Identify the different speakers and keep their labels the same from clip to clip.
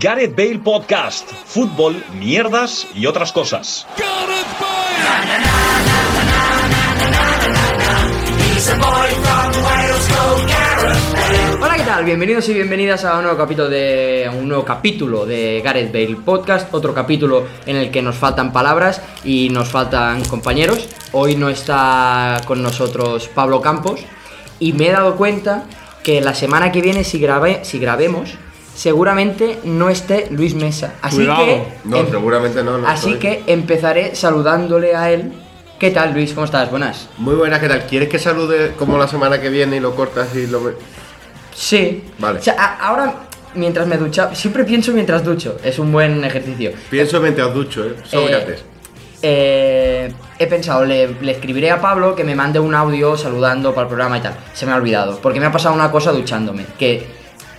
Speaker 1: Gareth Bale Podcast, fútbol, mierdas y otras cosas.
Speaker 2: Hola, ¿qué tal? Bienvenidos y bienvenidas a un nuevo capítulo de a un nuevo capítulo de Gareth Bale Podcast, otro capítulo en el que nos faltan palabras y nos faltan compañeros. Hoy no está con nosotros Pablo Campos y me he dado cuenta que la semana que viene si grabe, si grabemos seguramente no esté Luis Mesa. Así
Speaker 3: Cuidado.
Speaker 2: que
Speaker 4: No,
Speaker 2: em-
Speaker 4: seguramente no. no
Speaker 2: así
Speaker 4: estoy.
Speaker 2: que empezaré saludándole a él. ¿Qué tal, Luis? ¿Cómo estás? Buenas.
Speaker 4: Muy buenas, ¿qué tal? ¿Quieres que salude como la semana que viene y lo cortas y lo.
Speaker 2: Sí.
Speaker 4: Vale.
Speaker 2: O sea, a- ahora, mientras me ducha, siempre pienso mientras ducho. Es un buen ejercicio.
Speaker 4: Pienso mientras ducho, ¿eh? Sócrates.
Speaker 2: Eh, he pensado, le, le escribiré a Pablo que me mande un audio saludando para el programa y tal. Se me ha olvidado, porque me ha pasado una cosa duchándome, que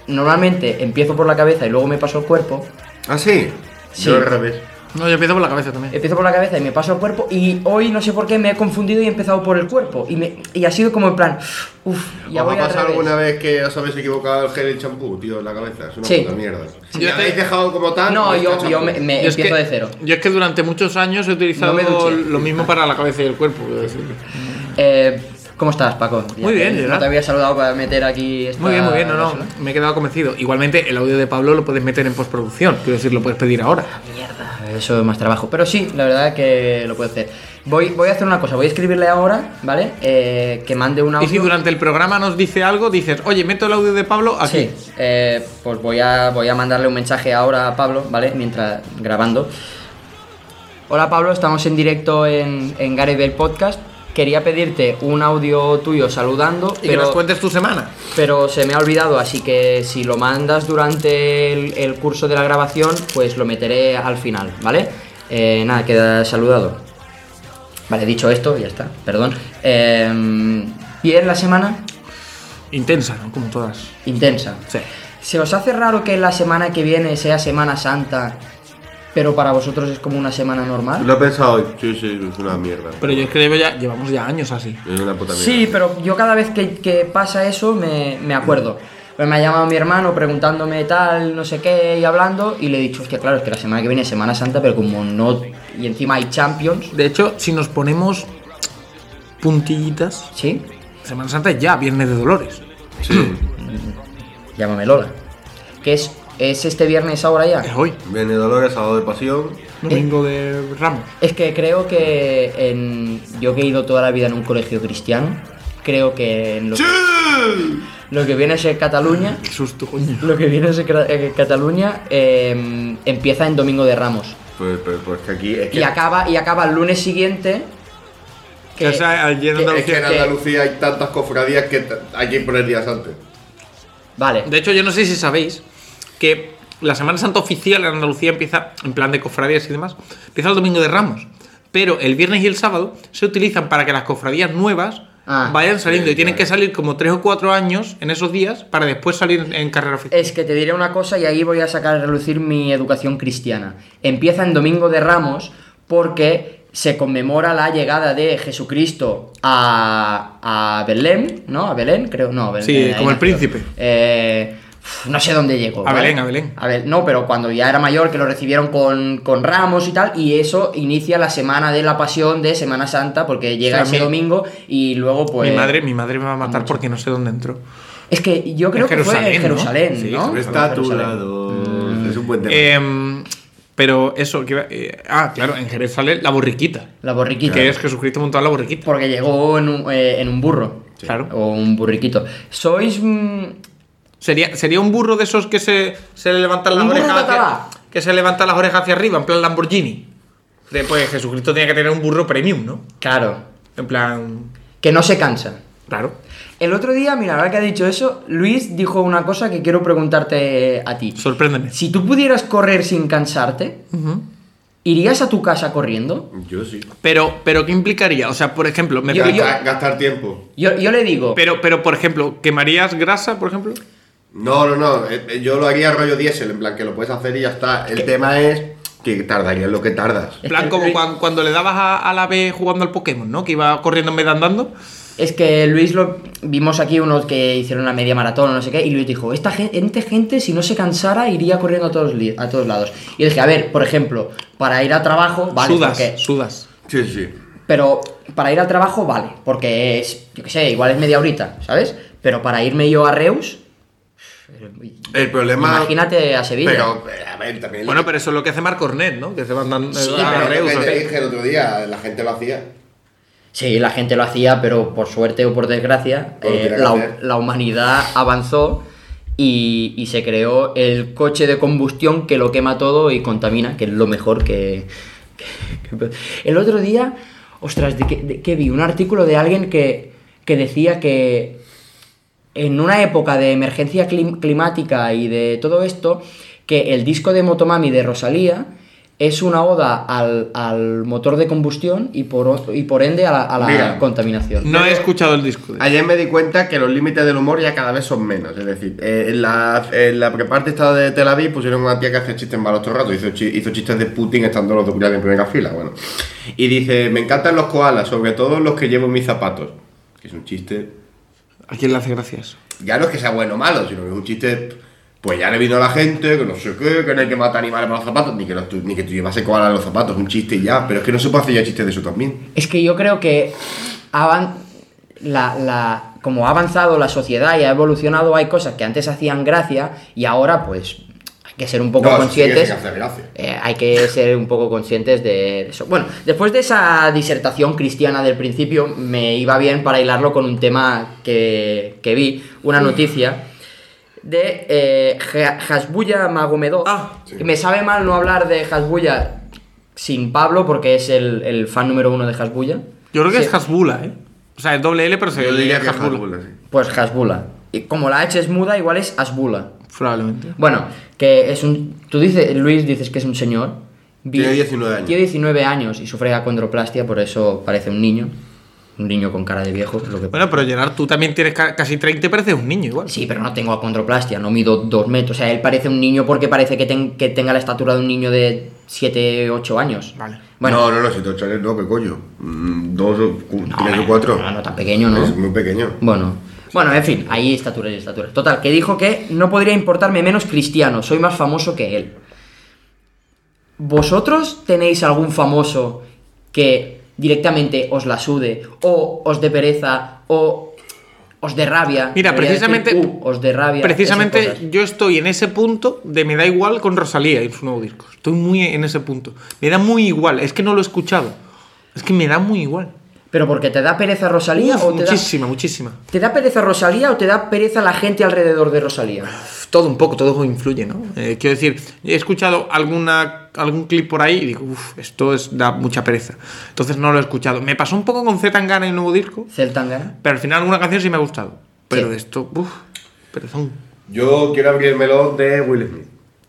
Speaker 2: normalmente empiezo por la cabeza y luego me paso el cuerpo.
Speaker 4: ¿Ah, sí?
Speaker 2: Sí.
Speaker 4: Yo al revés.
Speaker 3: No, yo empiezo por la cabeza también.
Speaker 2: Empiezo por la cabeza y me paso el cuerpo y hoy no sé por qué me he confundido y he empezado por el cuerpo. Y, me, y ha sido como en plan, uff, ya
Speaker 4: ¿Os
Speaker 2: voy
Speaker 4: ha
Speaker 2: a
Speaker 4: pasado alguna vez que os habéis equivocado el gel y el champú, tío, en la cabeza? Es una
Speaker 2: Sí.
Speaker 4: puta mierda.
Speaker 3: Sí.
Speaker 4: ¿Y
Speaker 3: Yo
Speaker 4: habéis
Speaker 3: te-
Speaker 4: dejado como tal?
Speaker 2: No,
Speaker 4: o está
Speaker 2: yo, yo
Speaker 4: champú?
Speaker 2: me, me
Speaker 3: Yo es
Speaker 2: Eh, empiezo
Speaker 3: que-
Speaker 2: de cero.
Speaker 3: Yo es que durante muchos años he utilizado
Speaker 2: No me duché.
Speaker 3: lo mismo para la cabeza y el cuerpo. quiero decir.
Speaker 2: Eh, ¿Cómo estás, Paco? Ya
Speaker 3: Muy
Speaker 2: que
Speaker 3: bien,
Speaker 2: No
Speaker 3: Gerard.
Speaker 2: te había saludado para meter aquí esta
Speaker 3: Muy bien, muy bien, no, no.
Speaker 2: basura.
Speaker 3: Me he quedado convencido. Igualmente, el audio de Pablo lo puedes meter en postproducción. Quiero decir, lo puedes pedir ahora.
Speaker 2: Mierda, eso es más trabajo. Pero sí, la verdad que lo puedo hacer. Voy, voy a hacer una cosa, voy a escribirle ahora, ¿vale? Eh, que mande un audio.
Speaker 3: Y si durante el programa nos dice algo, dices, oye, meto el audio de Pablo aquí.
Speaker 2: Sí, eh, pues voy a, voy a mandarle un mensaje ahora a Pablo, ¿vale? Mientras grabando. Hola Pablo, estamos en directo en, en Gareth Bale Podcast. Quería pedirte un audio tuyo saludando,
Speaker 3: Y que nos
Speaker 2: pero,
Speaker 3: cuentes tu semana.
Speaker 2: pero se me ha olvidado, así que si lo mandas durante el, el curso de la grabación, pues lo meteré al final, ¿vale? Eh, nada, queda saludado. Vale, dicho esto, ya está, perdón. Eh, bien la semana,
Speaker 3: Intensa, ¿no? Como todas.
Speaker 2: intensa.
Speaker 3: Sí.
Speaker 2: ¿Se os hace raro que la semana que viene sea Semana Santa, pero para vosotros es como una semana normal?
Speaker 4: Lo he pensado hoy. Sí, sí, es una mierda.
Speaker 3: Pero yo es que llevo ya, llevamos ya años así.
Speaker 4: Es una puta mierda.
Speaker 2: Sí, pero yo cada vez que, que pasa eso me, me acuerdo. Pues me ha llamado mi hermano preguntándome tal, no sé qué, y hablando, y le he dicho, hostia, claro, es que la semana que viene es Semana Santa, pero como no... Y encima hay Champions,
Speaker 3: De hecho, si nos ponemos puntillitas,
Speaker 2: ¿sí?
Speaker 3: Semana Santa es ya, Viernes de Dolores.
Speaker 2: Llámame Lola. Que es, es este viernes ahora ya.
Speaker 3: Es hoy.
Speaker 4: Viene Dolores, sábado de pasión.
Speaker 3: Domingo
Speaker 2: Eh.
Speaker 3: de Ramos.
Speaker 2: Es que creo que en, yo que he ido toda la vida en un colegio cristiano, creo que en lo, lo que viene a ser Cataluña,
Speaker 3: Qué susto, coño.
Speaker 2: lo que viene a ser Cra- eh, Cataluña eh, empieza en Domingo de Ramos
Speaker 4: Pues, pues, pues que aquí es que,
Speaker 2: y acaba y acaba el lunes siguiente. que-
Speaker 3: O sea, ayer
Speaker 2: que-
Speaker 4: es que en
Speaker 2: que-
Speaker 4: Andalucía hay tantas cofradías que t- hay que poner días antes.
Speaker 2: Vale.
Speaker 3: De hecho, yo no sé si sabéis que la Semana Santa oficial en Andalucía empieza, en plan de cofradías y demás, empieza el domingo de Ramos. Pero el viernes y el sábado se utilizan para que las cofradías nuevas
Speaker 2: Ah,
Speaker 3: vayan saliendo
Speaker 4: bien,
Speaker 3: y tienen
Speaker 4: claro.
Speaker 3: que salir como tres o cuatro años en esos días para después salir en, en carrera oficial.
Speaker 2: Es que te diré una cosa y ahí voy a sacar a relucir mi educación cristiana. Empieza en Domingo de Ramos porque se conmemora la llegada de Jesucristo a, a Belén, ¿no? A Belén, creo, no. a Belén,
Speaker 3: Sí,
Speaker 2: ahí
Speaker 3: como el
Speaker 2: nació.
Speaker 3: príncipe.
Speaker 2: Eh, uf, no sé dónde llegó.
Speaker 3: A Belén, a Belén.
Speaker 2: Bel- no, pero cuando ya era mayor, que lo recibieron con, con ramos y tal, y eso inicia la semana de la pasión de Semana Santa, porque llega
Speaker 3: O sea,
Speaker 2: ese
Speaker 3: mi-
Speaker 2: domingo y luego pues...
Speaker 3: mi, madre, mi madre me va a matar porque no sé dónde entró.
Speaker 2: Es que yo creo
Speaker 3: En
Speaker 2: que fue en
Speaker 3: Jerusalén,
Speaker 2: Jerusalén,
Speaker 3: ¿no? Sí,
Speaker 2: ¿no?
Speaker 4: Está a tu
Speaker 2: Jerusalén.
Speaker 4: lado. Es un buen tema.
Speaker 3: Em, pero eso, que iba- eh, ah, claro, en Jerez sale la borriquita.
Speaker 2: La borriquita.
Speaker 3: Que es Jesucristo montado en la borriquita.
Speaker 2: Porque llegó en un, eh, en un burro.
Speaker 3: Claro.
Speaker 2: O un burriquito. Sois. mm,
Speaker 3: Sería, sería un burro de esos que se, se le levantan las
Speaker 2: Un burro
Speaker 3: orejas hacia,
Speaker 2: catalá.
Speaker 3: que se levantan las orejas hacia arriba, en plan Lamborghini. De, pues Jesucristo tenía que tener un burro premium, ¿no?
Speaker 2: claro.
Speaker 3: En plan.
Speaker 2: Que no se cansa.
Speaker 3: Claro.
Speaker 2: El otro día, mira, ahora que ha dicho eso, Luis dijo una cosa que quiero preguntarte a ti.
Speaker 3: Sorpréndeme.
Speaker 2: Si tú pudieras correr sin cansarte,
Speaker 3: Ujú.
Speaker 2: ¿irías a tu casa corriendo?
Speaker 4: Yo sí.
Speaker 3: Pero, pero, ¿qué implicaría? O sea, por ejemplo, me
Speaker 2: Yo-
Speaker 3: pregunto-
Speaker 2: yo-
Speaker 4: Gastar, gastar tiempo.
Speaker 2: Yo, yo le digo.
Speaker 3: pero, pero, por ejemplo, ¿quemarías grasa, por ejemplo?
Speaker 4: No, no, no. eh, eh, Yo lo haría rollo diésel, en plan que lo puedes hacer y ya está. El tema es que tardaría en lo que tardas.
Speaker 3: En plan, como cuan- cuando, le dabas a, a la B jugando al Pokémon, ¿no? Que iba corriendo en vez de andando.
Speaker 2: es que Luis lo vimos aquí unos que hicieron la media maratón o no sé qué y Luis dijo, esta gente, gente si no se cansara iría corriendo a todos, li- a todos lados. Y dije, a ver, por ejemplo, para ir a trabajo, vale,
Speaker 3: sudas,
Speaker 2: porque-
Speaker 3: sudas.
Speaker 4: Sí, sí.
Speaker 2: pero para ir al trabajo vale, porque es, yo qué sé, igual es media horita, ¿sabes? Pero para irme yo a Reus,
Speaker 4: El problema.
Speaker 2: imagínate a Sevilla.
Speaker 4: Pero, eh, a ver, también.
Speaker 3: Bueno, pero eso es lo que hace Marc Cornet, ¿no? Que se van dando
Speaker 2: Sí,
Speaker 3: a
Speaker 4: pero
Speaker 3: Reus,
Speaker 4: lo que
Speaker 3: ¿no?
Speaker 4: te dije el otro día, la gente lo hacía.
Speaker 2: Sí, la gente lo hacía, pero por suerte o por desgracia,
Speaker 4: Por lo que
Speaker 2: eh,
Speaker 4: tenía que
Speaker 2: la,
Speaker 4: hacer.
Speaker 2: la humanidad avanzó y, y se creó el coche de combustión que lo quema todo y contamina, que es lo mejor que... que- que- el otro día, ostras, ¿de qué, de qué vi? Un artículo de alguien que, que decía que en una época de emergencia clim- climática y de todo esto, que el disco de Motomami de Rosalía es una oda al, al motor de combustión y por, o- y por ende a la, a la
Speaker 4: Mira.
Speaker 2: contaminación.
Speaker 3: No he escuchado el disco.
Speaker 4: Ayer me di cuenta que los límites del humor ya cada vez son menos. Es decir, eh, en la, en la preparte esta de Tel Aviv pusieron una tía que hace chistes malos todo el rato. Hizo, chi- hizo chistes de Putin estando los dos en primera fila. Bueno. Y dice: Me encantan los koalas, sobre todo los que llevo en mis zapatos. Que es un chiste.
Speaker 3: ¿A quién le hace gracias?
Speaker 4: Ya no es que sea bueno o malo, sino que es un chiste. Pues ya le vino a la gente, que no sé qué, que no hay que matar animales para los zapatos, ni que, los, tu- ni que tú llevase koalas en los zapatos, un chiste y ya, pero es que no se puede hacer ya chistes de eso también.
Speaker 2: Es que yo creo que avan- la, la- como ha avanzado la sociedad y ha evolucionado, hay cosas que antes hacían gracia y ahora pues hay que ser un poco
Speaker 4: No, eso sí que
Speaker 2: conscientes.
Speaker 4: tiene que hacer gracia.
Speaker 2: Eh, hay que ser un poco conscientes de eso. Bueno, después de esa disertación cristiana del principio, me iba bien para hilarlo con un tema que, que vi, una noticia de eh, Ja- Hasbulla Magomedov.
Speaker 3: Ah,
Speaker 4: sí.
Speaker 2: Me sabe mal no hablar de Hasbulla sin Pablo porque es el, el fan número uno de Hasbulla.
Speaker 3: Yo creo que
Speaker 2: Sí,
Speaker 3: es Hasbula, ¿eh? O sea, es doble L, pero se
Speaker 4: es
Speaker 3: Hasbulla.
Speaker 2: Pues Hasbulla. Y como la H es muda, igual es Hasbulla.
Speaker 3: Probablemente.
Speaker 2: Bueno, que es un. Tú dices, Luis, dices que es un señor. Vi-
Speaker 4: Tiene 19 años.
Speaker 2: Tiene 19 años y sufre acondroplastia, por eso parece un niño. Un niño con cara de viejo, es lo que
Speaker 3: Bueno, pero Gerard, tú también tienes ca- casi 30 y pareces un niño igual.
Speaker 2: Sí, pero no tengo acondroplastia, no mido 2 metros. O sea, él parece un niño porque parece que, ten- que tenga la estatura de un niño de 7, 8 años.
Speaker 3: Vale.
Speaker 2: Bueno,
Speaker 4: No, no, no, si te años no, ¿qué coño? Mm, Dos, o cu- tres
Speaker 2: hombre,
Speaker 4: o cuatro.
Speaker 2: No, no tan pequeño, ¿no?
Speaker 4: Es muy pequeño.
Speaker 2: Bueno, bueno, en fin, ahí estaturas y estaturas. Total, que dijo que no podría importarme menos cristiano, soy más famoso que él. ¿Vosotros tenéis algún famoso que directamente os la sude, o os dé pereza, o os dé rabia?
Speaker 3: Mira,
Speaker 2: Debería
Speaker 3: precisamente-
Speaker 2: decir, "Uh, os dé rabia. esas
Speaker 3: Precisamente
Speaker 2: cosas.
Speaker 3: yo estoy en ese punto de me da igual con Rosalía y su nuevo disco. Estoy muy en ese punto. Me da muy igual. Es que no lo he escuchado. Es que me da muy igual.
Speaker 2: Pero porque te da pereza Rosalía
Speaker 3: Uf,
Speaker 2: o te da.
Speaker 3: muchísima, muchísima.
Speaker 2: ¿Te da pereza Rosalía o te da pereza la gente alrededor de Rosalía?
Speaker 3: Todo un poco, todo influye, ¿no? Eh, quiero decir, he escuchado alguna, algún clip por ahí y digo, uff, esto es, da mucha pereza. Entonces no lo he escuchado. Me pasó un poco con Z Tangana y el nuevo disco,
Speaker 2: Celtangana.
Speaker 3: pero al final alguna canción sí me ha gustado. Pero
Speaker 2: Sí.
Speaker 3: esto, uff, perezón.
Speaker 4: Yo quiero abrir el melón de Will Smith.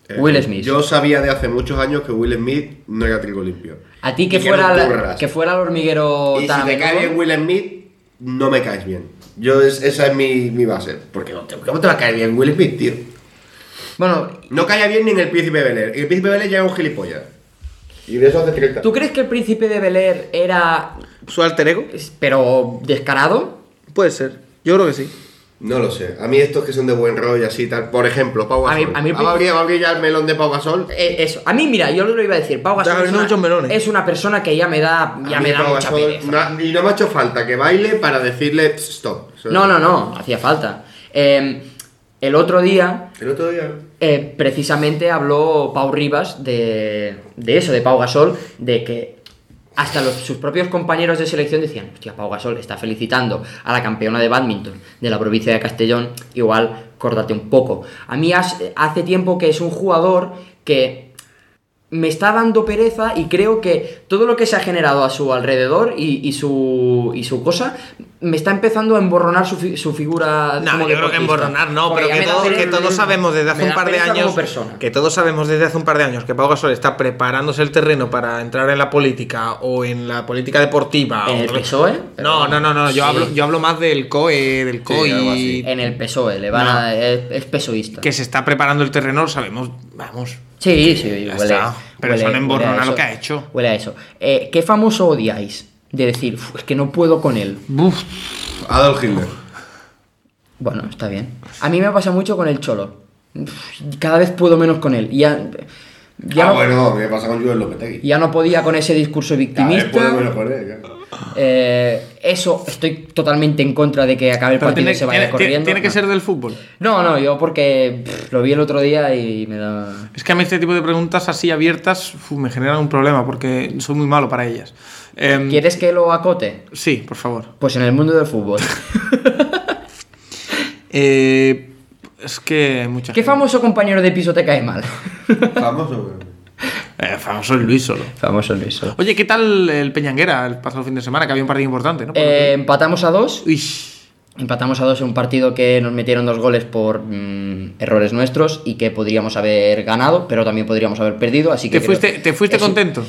Speaker 2: Eh, Will Smith.
Speaker 4: Yo sabía de hace muchos años que Will Smith no era trigo limpio.
Speaker 2: A ti que,
Speaker 4: Y no
Speaker 2: fuera, la-
Speaker 4: curras.
Speaker 2: que fuera el hormiguero
Speaker 4: Y si
Speaker 2: tan a
Speaker 4: te
Speaker 2: menudo.
Speaker 4: cae bien Will Smith, no me caes bien. Yo es- esa es mi, mi base. Porque no te, ¿cómo te va a caer bien Will Smith, tío?
Speaker 2: Bueno,
Speaker 4: No caía bien ni en el príncipe Bel Air. El príncipe Bel Air ya era un gilipollas. Y de eso hace 30.
Speaker 2: ¿Tú crees que el príncipe de Bel Air era.
Speaker 3: ¿Su alter ego?
Speaker 2: es- pero descarado?
Speaker 3: Puede ser. Yo creo que sí.
Speaker 4: No lo sé. A mí estos que son de buen rollo y así tal. Por ejemplo, Pau
Speaker 2: A mí-
Speaker 4: Gasol.
Speaker 2: a mí-
Speaker 4: Vamos a abrir- vamos a abrir ya el melón de Pau Gasol.
Speaker 2: Eh, eso. A mí, mira, yo lo iba a decir. Pau
Speaker 3: Ya,
Speaker 2: Gasol es
Speaker 3: no muchos
Speaker 2: una,
Speaker 3: melones.
Speaker 2: es una persona que ya me da,
Speaker 4: A
Speaker 2: ya
Speaker 4: mí
Speaker 2: me da
Speaker 4: Pau
Speaker 2: mucha
Speaker 4: Gasol,
Speaker 2: pereza.
Speaker 4: na- y no me ha hecho falta que baile para decirle "Pss, stop.
Speaker 2: No, no, no, hacía falta. Eh, el otro día
Speaker 4: El otro día.
Speaker 2: Eh, precisamente habló Pau Rivas de, de eso, de Pau Gasol, de que hasta los- sus propios compañeros de selección decían, hostia, Pau Gasol está felicitando a la campeona de badminton de la provincia de Castellón, igual córdate un poco. A mí has- hace tiempo que es un jugador que me está dando pereza y creo que todo lo que se ha generado a su alrededor y, y su, y su cosa me está empezando a emborronar su, fi- su figura.
Speaker 3: No,
Speaker 2: como
Speaker 3: yo creo que
Speaker 2: deportista.
Speaker 3: emborronar no,
Speaker 2: Porque
Speaker 3: pero
Speaker 2: ya
Speaker 3: que,
Speaker 2: me da
Speaker 3: todo- que
Speaker 2: pereza-
Speaker 3: todos sabemos desde hace
Speaker 2: me
Speaker 3: un
Speaker 2: da
Speaker 3: par de
Speaker 2: pereza como
Speaker 3: años
Speaker 2: persona.
Speaker 3: que todos sabemos desde hace un par de años que Pau Gasol está preparándose el terreno para entrar en la política o en la política deportiva.
Speaker 2: ¿En
Speaker 3: o-
Speaker 2: el PSOE?
Speaker 3: No, no, no, no,
Speaker 2: E?
Speaker 3: yo
Speaker 2: Sí.
Speaker 3: hablo, yo hablo más del COE, del COI,
Speaker 4: algo así.
Speaker 2: En el PSOE, E le van a- es, es PSOEista.
Speaker 3: que se está preparando el terreno, lo sabemos, vamos.
Speaker 2: Sí, sí, huele,
Speaker 3: está. Pero eso no
Speaker 2: huele-
Speaker 3: emborrona
Speaker 2: huele a
Speaker 3: lo que ha hecho.
Speaker 2: Huele a eso. Eh, ¿Qué famoso odiáis? de decir, "Uf, es que no puedo con él.
Speaker 3: Uf,
Speaker 4: Adolf Hitler.
Speaker 2: Bueno, está bien. A mí me pasa mucho con el Cholo. Uf, Cada vez puedo menos con él. Ya, ya,
Speaker 4: ah,
Speaker 2: no,
Speaker 4: bueno, me pasa con Jules Lopetegui.
Speaker 2: ya no podía con ese discurso
Speaker 4: A ver,
Speaker 2: victimista.
Speaker 4: puedo menos con él, claro.
Speaker 2: Eh, eso estoy totalmente en contra de que acabe el
Speaker 3: pero
Speaker 2: partido
Speaker 3: tiene,
Speaker 2: y se vaya
Speaker 3: tiene-
Speaker 2: corriendo.
Speaker 3: tiene que
Speaker 2: No.
Speaker 3: ser del fútbol.
Speaker 2: No, no, yo porque pff, lo vi el otro día y me da.
Speaker 3: Es que a mí este tipo de preguntas así abiertas uf, me generan un problema porque soy muy malo para ellas. Em,
Speaker 2: ¿Quieres que lo acote?
Speaker 3: Sí, por favor.
Speaker 2: Pues en el mundo del fútbol.
Speaker 3: Eh, es que hay mucha
Speaker 2: ¿Qué
Speaker 3: gente.
Speaker 2: famoso compañero de piso te cae mal?
Speaker 4: Famoso, güey.
Speaker 3: Eh, famoso es Luis solo.
Speaker 2: famoso Luis. solo.
Speaker 3: Oye, ¿qué tal el Peñanguera el pasado fin de semana? Que había un partido importante, ¿no? Por lo
Speaker 2: Eh,
Speaker 3: que-
Speaker 2: empatamos a dos.
Speaker 3: Uy,
Speaker 2: Empatamos a dos en un partido que nos metieron dos goles por mm, errores nuestros y que podríamos haber ganado, pero también podríamos haber perdido. Así que
Speaker 3: ¿Te
Speaker 2: creo-
Speaker 3: fuiste, te fuiste
Speaker 2: eso-
Speaker 3: contento?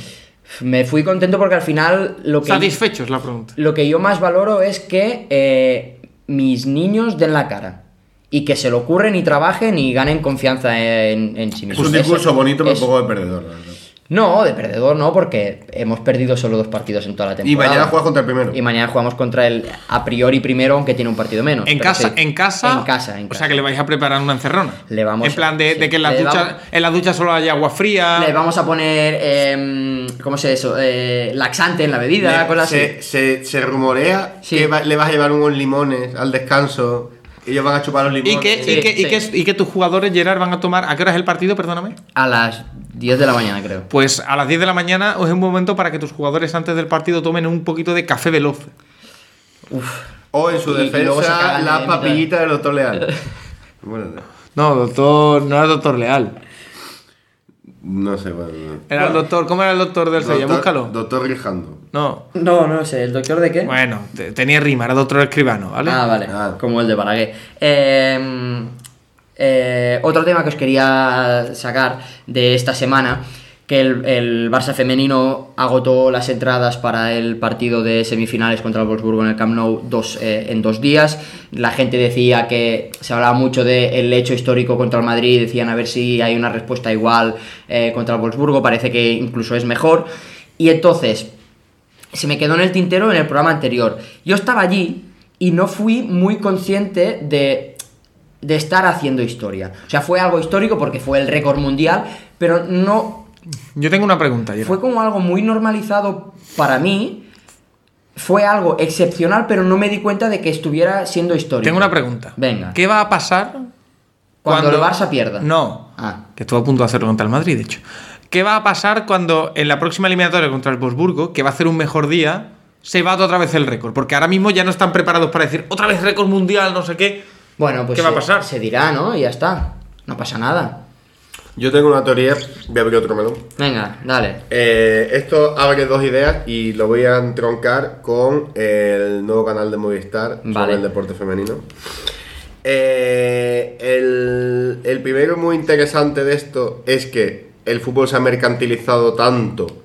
Speaker 2: Me fui contento porque al final lo que,
Speaker 3: Satisfecho es la pregunta.
Speaker 2: lo que yo más valoro es que eh, mis niños den la cara y que se lo ocurren y trabajen y ganen confianza en, en sí
Speaker 4: Es
Speaker 2: mismos.
Speaker 4: un discurso
Speaker 2: Ese-
Speaker 4: bonito, pero
Speaker 2: es-
Speaker 4: un poco de perdedor, la verdad.
Speaker 2: No, de perdedor no, porque hemos perdido solo dos partidos en toda la
Speaker 4: Y
Speaker 2: temporada.
Speaker 4: mañana juegas contra el primero.
Speaker 2: Y mañana jugamos contra el a priori primero, aunque tiene un partido menos.
Speaker 3: En
Speaker 2: pero
Speaker 3: casa,
Speaker 2: sí.
Speaker 3: en casa.
Speaker 2: En casa, en casa.
Speaker 3: O sea que le vais a preparar una encerrona.
Speaker 2: Le vamos
Speaker 3: En plan de,
Speaker 2: sí,
Speaker 3: de que en la,
Speaker 2: le
Speaker 3: ducha,
Speaker 2: vamos-
Speaker 3: en la ducha solo haya agua fría.
Speaker 2: Le vamos a poner, eh, ¿cómo se eso? Eh, laxante en la bebida,
Speaker 4: Le-
Speaker 2: cosas
Speaker 4: se,
Speaker 2: así.
Speaker 4: se, se rumorea
Speaker 2: Sí.
Speaker 4: que va- le vas a llevar unos limones al descanso. Ellos van a chupar los limones.
Speaker 3: Y que,
Speaker 2: Sí,
Speaker 3: y, que, y,
Speaker 2: sí.
Speaker 3: que, y que tus jugadores, Gerard, van a tomar. ¿A qué hora es el partido? Perdóname.
Speaker 2: A las 10 de la mañana, creo.
Speaker 3: Pues a las 10 de la mañana es un momento para que tus jugadores antes del partido tomen un poquito de café veloz.
Speaker 4: O en su
Speaker 2: Y- y luego se
Speaker 4: defensa,
Speaker 2: cagan
Speaker 4: la
Speaker 2: en mitad.
Speaker 4: papillita del doctor Leal. Bueno,
Speaker 3: No, doctor. No era doctor Leal.
Speaker 4: no sé, bueno. no.
Speaker 3: Era el doctor. ¿Cómo era el doctor del Sevilla?
Speaker 4: Doctor-
Speaker 3: Búscalo.
Speaker 4: Doctor Rijando.
Speaker 3: no.
Speaker 2: No, no sé, ¿el doctor de qué?
Speaker 3: Bueno, te- tenía rima, era doctor escribano, ¿vale?
Speaker 2: Ah, vale,
Speaker 4: Ah.
Speaker 2: como el de Balaguer. Eh, eh, otro tema que os quería sacar de esta semana, que el, el Barça femenino agotó las entradas para el partido de semifinales contra el Wolfsburgo en el Camp Nou dos, eh, en dos días. La gente decía que se hablaba mucho del hecho histórico contra el Madrid, decían a ver si hay una respuesta igual eh, contra el Wolfsburgo, parece que incluso es mejor. Y entonces, se me quedó en el tintero en el programa anterior. Yo estaba allí y no fui muy consciente de, de estar haciendo historia. O sea, fue algo histórico porque fue el récord mundial, pero no.
Speaker 3: Yo tengo una pregunta, Gerard.
Speaker 2: Fue como algo muy normalizado para mí. Fue algo excepcional, pero no me di cuenta de que estuviera siendo histórico.
Speaker 3: Tengo una pregunta.
Speaker 2: Venga.
Speaker 3: ¿Qué va a pasar
Speaker 2: Cuando el Barça pierda.
Speaker 3: No.
Speaker 2: Ah.
Speaker 3: Que estuvo a punto de hacerlo contra el Madrid, de hecho. ¿Qué va a pasar cuando en la próxima eliminatoria contra el Wolfsburgo, que va a hacer un mejor día, se bata otra vez el récord? Porque ahora mismo ya no están preparados para decir otra vez récord mundial, no sé qué.
Speaker 2: Bueno, pues
Speaker 3: ¿Qué va a
Speaker 2: se-
Speaker 3: pasar?
Speaker 2: se dirá, ¿no? Y ya está. No pasa nada.
Speaker 4: Yo tengo una teoría, voy a abrir otro melón.
Speaker 2: Venga, dale.
Speaker 4: Eh, esto abre dos ideas y lo voy a entroncar con el nuevo canal de Movistar
Speaker 2: Vale.
Speaker 4: sobre el deporte femenino. Eh, el, el primero muy interesante de esto es que el fútbol se ha mercantilizado tanto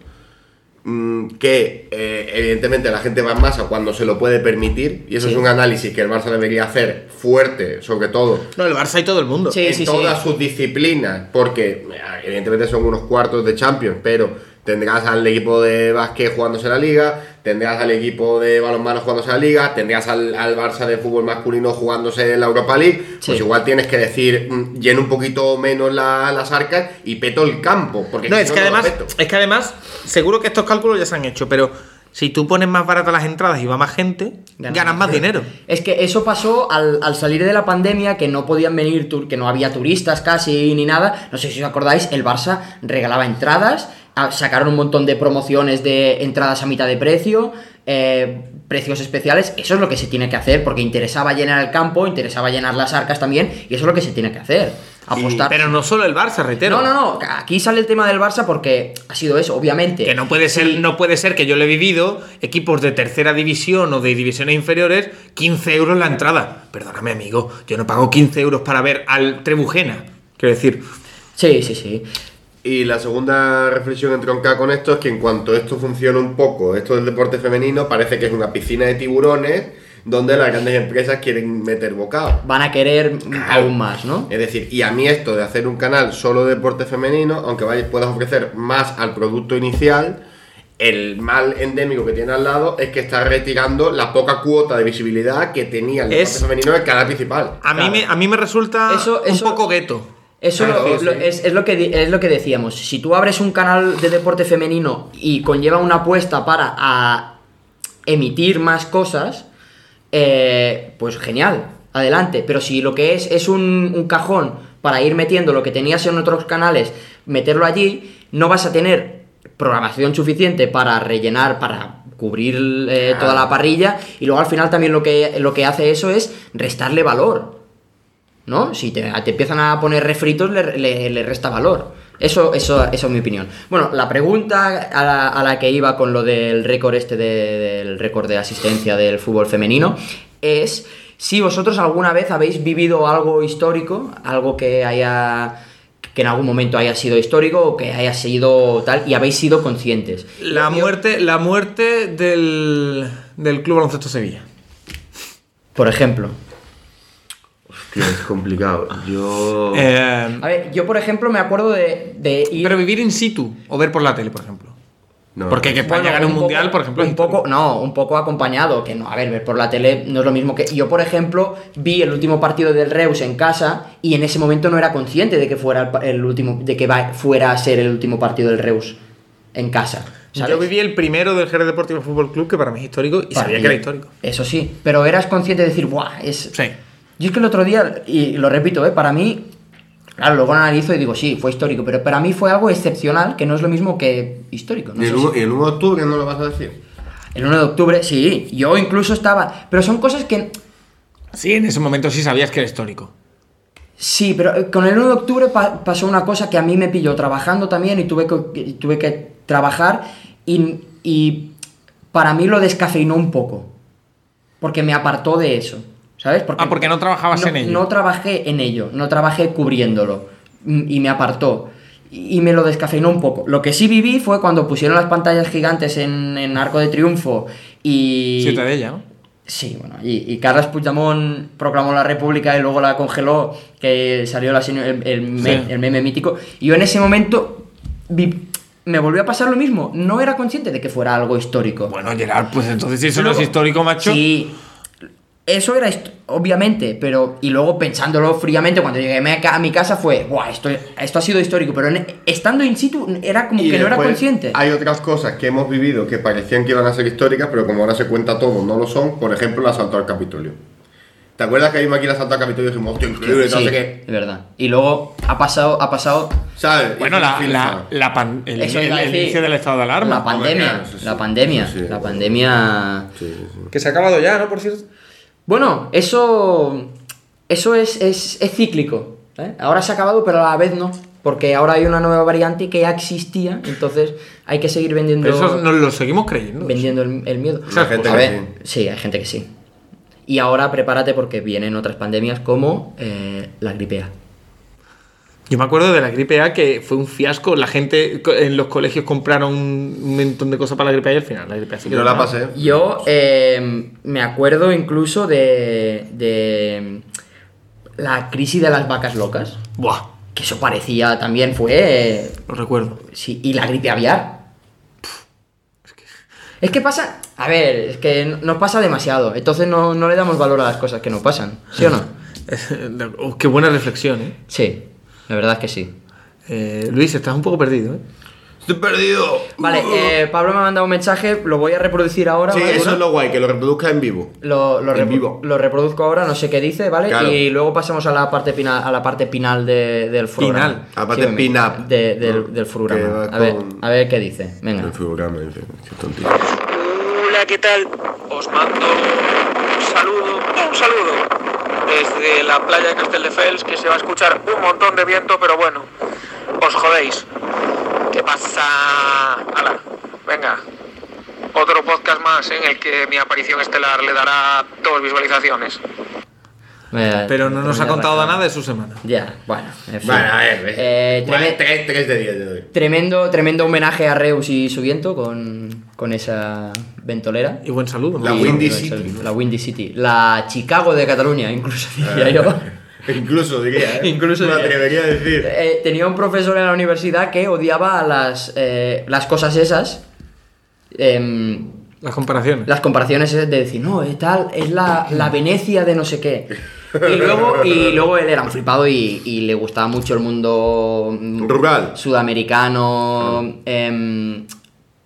Speaker 4: mm, que eh, evidentemente la gente va en masa cuando se lo puede permitir y eso
Speaker 2: Sí.
Speaker 4: es un análisis que el Barça debería hacer fuerte, sobre todo
Speaker 3: No, el Barça y todo el mundo.
Speaker 2: Sí.
Speaker 4: en todas sus disciplinas, porque evidentemente son unos cuartos de Champions, pero tendrás al equipo de básquet jugándose la liga, tendrás al equipo de balonmano jugándose la liga, tendrás al, al Barça de fútbol masculino jugándose la Europa League, pues
Speaker 2: Sí.
Speaker 4: igual tienes que decir, mm, lleno un poquito menos la- las arcas y peto el campo, porque
Speaker 3: No,
Speaker 4: si
Speaker 3: es que
Speaker 4: lo
Speaker 3: además,
Speaker 4: peto.
Speaker 3: es que además, seguro que estos cálculos ya se han hecho, pero si tú pones más baratas las entradas y va más gente,
Speaker 2: Ganas
Speaker 3: ganas
Speaker 2: más
Speaker 3: más dinero.
Speaker 2: Es que eso pasó al, al salir de la pandemia, que no podían venir, tur- que no había turistas casi ni nada. No sé si os acordáis, el Barça regalaba entradas, a- sacaron un montón de promociones de entradas a mitad de precio, eh, precios especiales. Eso es lo que se tiene que hacer, porque interesaba llenar el campo, interesaba llenar las arcas también, y eso es lo que se tiene que hacer. Apostar.
Speaker 3: Pero no solo el Barça, reitero.
Speaker 2: no, no, no, aquí sale el tema del Barça porque ha sido eso, obviamente.
Speaker 3: Que no puede ser, no puede ser que yo lo he vivido, equipos de tercera división o de divisiones inferiores, 15 euros la entrada. Perdóname, amigo, yo no pago 15 euros para ver al Trebujena. Quiero decir,
Speaker 2: Sí, sí, sí.
Speaker 4: Y la segunda reflexión entroncada con esto es que en cuanto esto funciona un poco, esto del deporte femenino parece que es una piscina de tiburones donde las grandes empresas quieren meter bocado.
Speaker 2: Van a querer aún más, ¿no?
Speaker 4: Es decir, y a mí esto de hacer un canal solo de deporte femenino, aunque vayas, puedas ofrecer más al producto inicial, El mal endémico que tiene al lado es que está retirando la poca cuota de visibilidad que tenía el
Speaker 3: Es-
Speaker 4: deporte femenino en el canal principal.
Speaker 3: A, mí
Speaker 2: Claro.
Speaker 3: me, a mí me resulta
Speaker 2: Eso- eso-
Speaker 3: un poco gueto.
Speaker 2: Eso
Speaker 4: Claro,
Speaker 2: lo-
Speaker 4: sí.
Speaker 2: lo- es, es lo que, di- es lo que decíamos. Si tú abres un canal de deporte femenino y conlleva una apuesta para a emitir más cosas, eh, pues genial, adelante. Pero si lo que es es un, un cajón para ir metiendo lo que tenías en otros canales, meterlo allí, no vas a tener programación suficiente para rellenar, para cubrir eh, toda la parrilla y luego al final también lo que, lo que hace eso es restarle valor. ¿no? Si te, te empiezan a poner refritos, le, le- le resta valor. Eso, eso, eso es mi opinión. Bueno, la pregunta a la, a la que iba con lo del récord este de- del récord de asistencia del fútbol femenino es si vosotros alguna vez habéis vivido algo histórico, algo que haya que en algún momento haya sido histórico o que haya sido tal y habéis sido conscientes.
Speaker 3: La muerte, la muerte del, del Club Baloncesto Sevilla.
Speaker 2: Por ejemplo,
Speaker 4: Hostia, es complicado.
Speaker 2: Oh.
Speaker 4: Yo.
Speaker 3: Eh,
Speaker 2: a ver, yo por ejemplo me acuerdo de, de ir
Speaker 3: pero vivir in situ o ver por la tele, por ejemplo.
Speaker 4: no.
Speaker 3: Porque que España
Speaker 2: Bueno,
Speaker 3: gane un,
Speaker 2: poco-
Speaker 3: mundial, por ejemplo. es
Speaker 2: Un poco, no, un poco acompañado. Que no, a ver, ver por la tele no es lo mismo que. Yo, por ejemplo, vi el último partido del Reus en casa y en ese momento no era consciente de que fuera el, pa- el último. de que va- fuera a ser el último partido del Reus en casa. ¿sabes?
Speaker 3: Yo viví el primero del Jerez Deportivo Fútbol Club, que para mí es histórico, y
Speaker 2: Para
Speaker 3: sabía
Speaker 2: ti.
Speaker 3: que era histórico.
Speaker 2: Eso sí, pero eras consciente de decir, ¡buah! Es,
Speaker 3: Sí.
Speaker 2: yo es que el otro día, y lo repito, ¿eh? para mí, claro, luego lo analizo y digo, sí, fue histórico, pero para mí fue algo excepcional, que no es lo mismo que histórico. No
Speaker 4: ¿Y
Speaker 2: sé
Speaker 4: el,
Speaker 2: si-
Speaker 4: 1, y el 1 de octubre no lo vas a decir?
Speaker 2: El 1 de octubre, sí, yo incluso estaba. Pero son cosas que.
Speaker 3: Sí, en ese momento sí sabías que era histórico.
Speaker 2: Sí, pero eh, con el 1 de octubre pa- pasó una cosa que a mí me pilló trabajando también y tuve que, y tuve que trabajar y, y para mí lo descafeinó un poco. Porque me apartó de eso, ¿sabes?
Speaker 3: Ah, porque no trabajabas en ello.
Speaker 2: No trabajé en ello, no trabajé cubriéndolo mm, y me apartó. Y y me lo descafeinó un poco. Lo que sí viví fue cuando pusieron las pantallas gigantes en, en Arco de Triunfo y...
Speaker 3: Siete de ella, ¿no?
Speaker 2: Sí, bueno, y, y Carles Puigdemont proclamó la república y luego la congeló, que salió la seño- el, el me-
Speaker 3: Sí.
Speaker 2: el meme mítico. Y yo en ese momento vi- me volvió a pasar lo mismo. No era consciente de que fuera algo histórico.
Speaker 3: Bueno, Gerard, pues entonces si eso no
Speaker 2: Luego-
Speaker 3: es histórico, macho.
Speaker 2: Sí. Eso era hist- obviamente, pero. Y luego pensándolo fríamente, cuando llegué a mi ca- a mi casa fue, ¡guau! Esto, esto ha sido histórico, pero en- e, estando in situ era como
Speaker 4: Y
Speaker 2: que no era
Speaker 4: después
Speaker 2: consciente.
Speaker 4: Hay otras cosas que hemos vivido que parecían que iban a ser históricas, pero como ahora se cuenta todo, no lo son. Por ejemplo, el asalto al Capitolio. ¿Te acuerdas que vimos aquí el asalto al Capitolio y dijimos, hostia, increíble, no
Speaker 2: Sí,
Speaker 4: sé qué?
Speaker 2: es verdad. Y luego ha pasado, ha pasado
Speaker 4: ¿Sabes?
Speaker 3: Bueno,
Speaker 4: Y
Speaker 3: la,
Speaker 4: fue un
Speaker 3: la,
Speaker 4: filfado.
Speaker 3: la pan- el,
Speaker 2: Eso
Speaker 3: el-
Speaker 2: iba a
Speaker 3: el
Speaker 2: decir.
Speaker 3: inicio del estado de
Speaker 2: La
Speaker 3: alarma.
Speaker 2: pandemia,
Speaker 4: claro, eso sí.
Speaker 2: la pandemia,
Speaker 4: Sí, sí.
Speaker 2: la pandemia.
Speaker 3: Que se ha acabado ya, ¿no? Por cierto.
Speaker 2: Bueno, eso, eso es, es, es cíclico. ¿eh? Ahora se ha acabado, pero a la vez no, porque ahora hay una nueva variante que ya existía, entonces hay que seguir vendiendo,
Speaker 3: Pero eso nos lo seguimos creyendo.
Speaker 2: vendiendo el, el miedo. Pues,
Speaker 4: sea, hay gente
Speaker 2: A
Speaker 4: que
Speaker 2: ver, sí, hay gente que sí. Y ahora prepárate porque vienen otras pandemias como eh, la gripe A.
Speaker 3: Yo me acuerdo de la gripe A que fue un fiasco. La gente co- en los colegios compraron un montón de cosas para la gripe A y al final la gripe A se
Speaker 4: Y no
Speaker 3: quedó
Speaker 4: la
Speaker 3: nada.
Speaker 4: pasé.
Speaker 2: Yo eh, me acuerdo incluso de, de em, la crisis de las vacas locas.
Speaker 3: Buah,
Speaker 2: Que eso parecía también fue. eh,
Speaker 3: lo recuerdo.
Speaker 2: sí, y la gripe aviar. Es que pasa. A ver, es que no- nos pasa demasiado. Entonces no, no le damos valor a las cosas que nos pasan. ¿Sí o no?
Speaker 3: Oh, qué buena reflexión, ¿eh?
Speaker 2: Sí, la verdad es que sí.
Speaker 3: Eh, Luis, estás un poco perdido, ¿eh?
Speaker 4: ¡Estoy perdido!
Speaker 2: Vale, eh, Pablo me ha mandado un mensaje, lo voy a reproducir ahora.
Speaker 4: Sí,
Speaker 2: ¿vale?
Speaker 4: eso es lo guay, que lo reproduzca en vivo.
Speaker 2: Lo, lo
Speaker 4: En
Speaker 2: repro-
Speaker 4: vivo.
Speaker 2: lo reproduzco ahora, no sé qué dice, ¿vale?
Speaker 4: Claro.
Speaker 2: Y luego pasamos a la parte final, a la parte final de- del programa.
Speaker 3: Final.
Speaker 4: A la parte
Speaker 2: venga.
Speaker 4: pin-up.
Speaker 2: De- del, del
Speaker 4: Que
Speaker 2: programa.
Speaker 4: va
Speaker 2: A ver,
Speaker 4: con-
Speaker 2: a ver qué dice. Venga.
Speaker 4: El programa, dice, qué tontito.
Speaker 5: Hola, ¿qué tal? Os mando un saludo, un saludo desde la playa de Castelldefels que se va a escuchar un montón de viento, pero bueno, os jodéis. ¿Qué pasa? Hala, venga. Otro podcast más en el que mi aparición estelar le dará dos visualizaciones.
Speaker 2: Eh,
Speaker 3: Pero no nos ha
Speaker 2: ya
Speaker 3: contado
Speaker 2: basta.
Speaker 3: nada de su semana.
Speaker 2: Ya, bueno, en fin.
Speaker 4: Bueno, a ver,
Speaker 2: Eh,
Speaker 4: Bueno, este-
Speaker 2: treme-
Speaker 4: tres, tres de 10 de doy.
Speaker 2: tremendo, tremendo homenaje a Reus y su viento con, con esa ventolera.
Speaker 3: Y buen saludo. ¿no?
Speaker 4: La
Speaker 3: Y-
Speaker 4: Windy
Speaker 2: Reus,
Speaker 4: City, ¿no?
Speaker 2: La Windy City. La Chicago de Cataluña, incluso diría yo.
Speaker 4: Ah. Incluso diría, ¿eh?
Speaker 2: Incluso
Speaker 4: Me
Speaker 2: diría.
Speaker 4: atrevería a decir.
Speaker 2: Eh, tenía un profesor en la universidad que odiaba las, eh, las cosas esas em,
Speaker 3: Las comparaciones.
Speaker 2: las comparaciones es de decir, no, es tal, es la, la Venecia de no sé qué. Y luego, y luego él era un flipado y, y le gustaba mucho el mundo mm,
Speaker 4: Rural.
Speaker 2: sudamericano, em,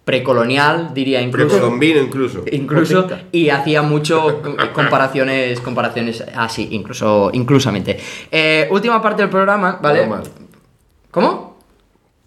Speaker 2: precolonial, diría incluso.
Speaker 4: Precolombino incluso.
Speaker 2: Incluso, y hacía mucho co- comparaciones, comparaciones así, incluso, inclusamente. Eh, última parte del programa, ¿vale?
Speaker 4: Normal.
Speaker 2: ¿Cómo?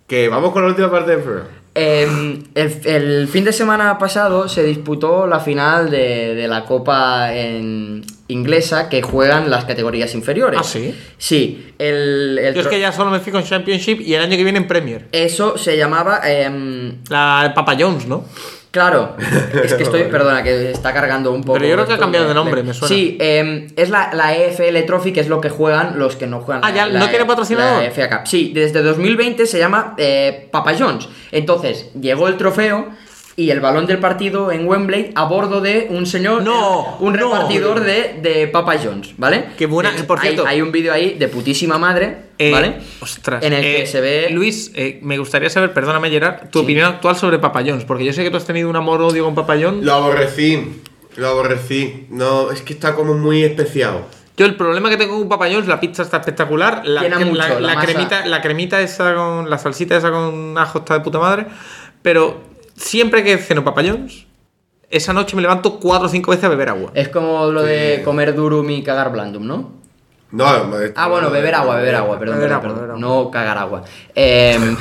Speaker 4: Que vamos con la última parte del programa.
Speaker 2: Eh, el, el fin de semana pasado se disputó la final de, de la Copa en inglesa que juegan las categorías inferiores.
Speaker 3: ¿Ah, sí?
Speaker 2: Sí. El, el
Speaker 3: Yo es
Speaker 2: tro-
Speaker 3: que ya solo me fijo en Championship y el año que viene en Premier.
Speaker 2: Eso se llamaba... em,
Speaker 3: La Papa Jones, ¿no?
Speaker 2: Claro, es que estoy, perdona, que está cargando un poco.
Speaker 3: Pero yo creo que ha
Speaker 2: esto,
Speaker 3: cambiado
Speaker 2: me-
Speaker 3: de nombre, me suena.
Speaker 2: Sí, eh, es la, la EFL Trophy, que es lo que juegan los que no juegan.
Speaker 3: Ah,
Speaker 2: la-
Speaker 3: ya,
Speaker 2: la- E
Speaker 3: ¿no tiene patrocinador?
Speaker 2: La FA Cup. Sí, desde 2020 se llama eh, Papa John's. Entonces, llegó el trofeo y el balón del partido en Wembley a bordo de un señor.
Speaker 3: No,
Speaker 2: Un
Speaker 3: no.
Speaker 2: repartidor de, de Papa John's, ¿vale?
Speaker 3: Qué buena-
Speaker 2: De hecho,
Speaker 3: por
Speaker 2: hay-
Speaker 3: cierto.
Speaker 2: Hay, un vídeo ahí de putísima madre,
Speaker 3: Eh,
Speaker 2: ¿vale?
Speaker 3: Ostras.
Speaker 2: En el que
Speaker 3: eh,
Speaker 2: se ve.
Speaker 3: Luis, eh, me gustaría saber, perdóname Gerard, tu
Speaker 2: Sí.
Speaker 3: opinión actual sobre Papa Jones, porque yo sé que tú has tenido un amor-odio con Papa Jones.
Speaker 4: Lo aborrecí. Lo aborrecí. No, es que está como muy especiado.
Speaker 3: Yo el problema que tengo con Papa John's, la pizza está espectacular, la,
Speaker 2: Llena
Speaker 3: cre-
Speaker 2: mucho,
Speaker 3: la-
Speaker 2: la
Speaker 3: la
Speaker 2: masa.
Speaker 3: cremita, la cremita esa con la salsita esa con ajo está de puta madre, pero siempre que ceno Papa John's, esa noche me levanto cuatro o cinco veces a beber agua.
Speaker 2: Es como lo de comer durum y cagar blandum, ¿no?
Speaker 4: No,
Speaker 2: Ah, bueno, beber agua, beber agua, perdón,
Speaker 3: Beber
Speaker 2: perdón,
Speaker 3: agua,
Speaker 2: perdón.
Speaker 3: beber
Speaker 2: no cagar agua. Em,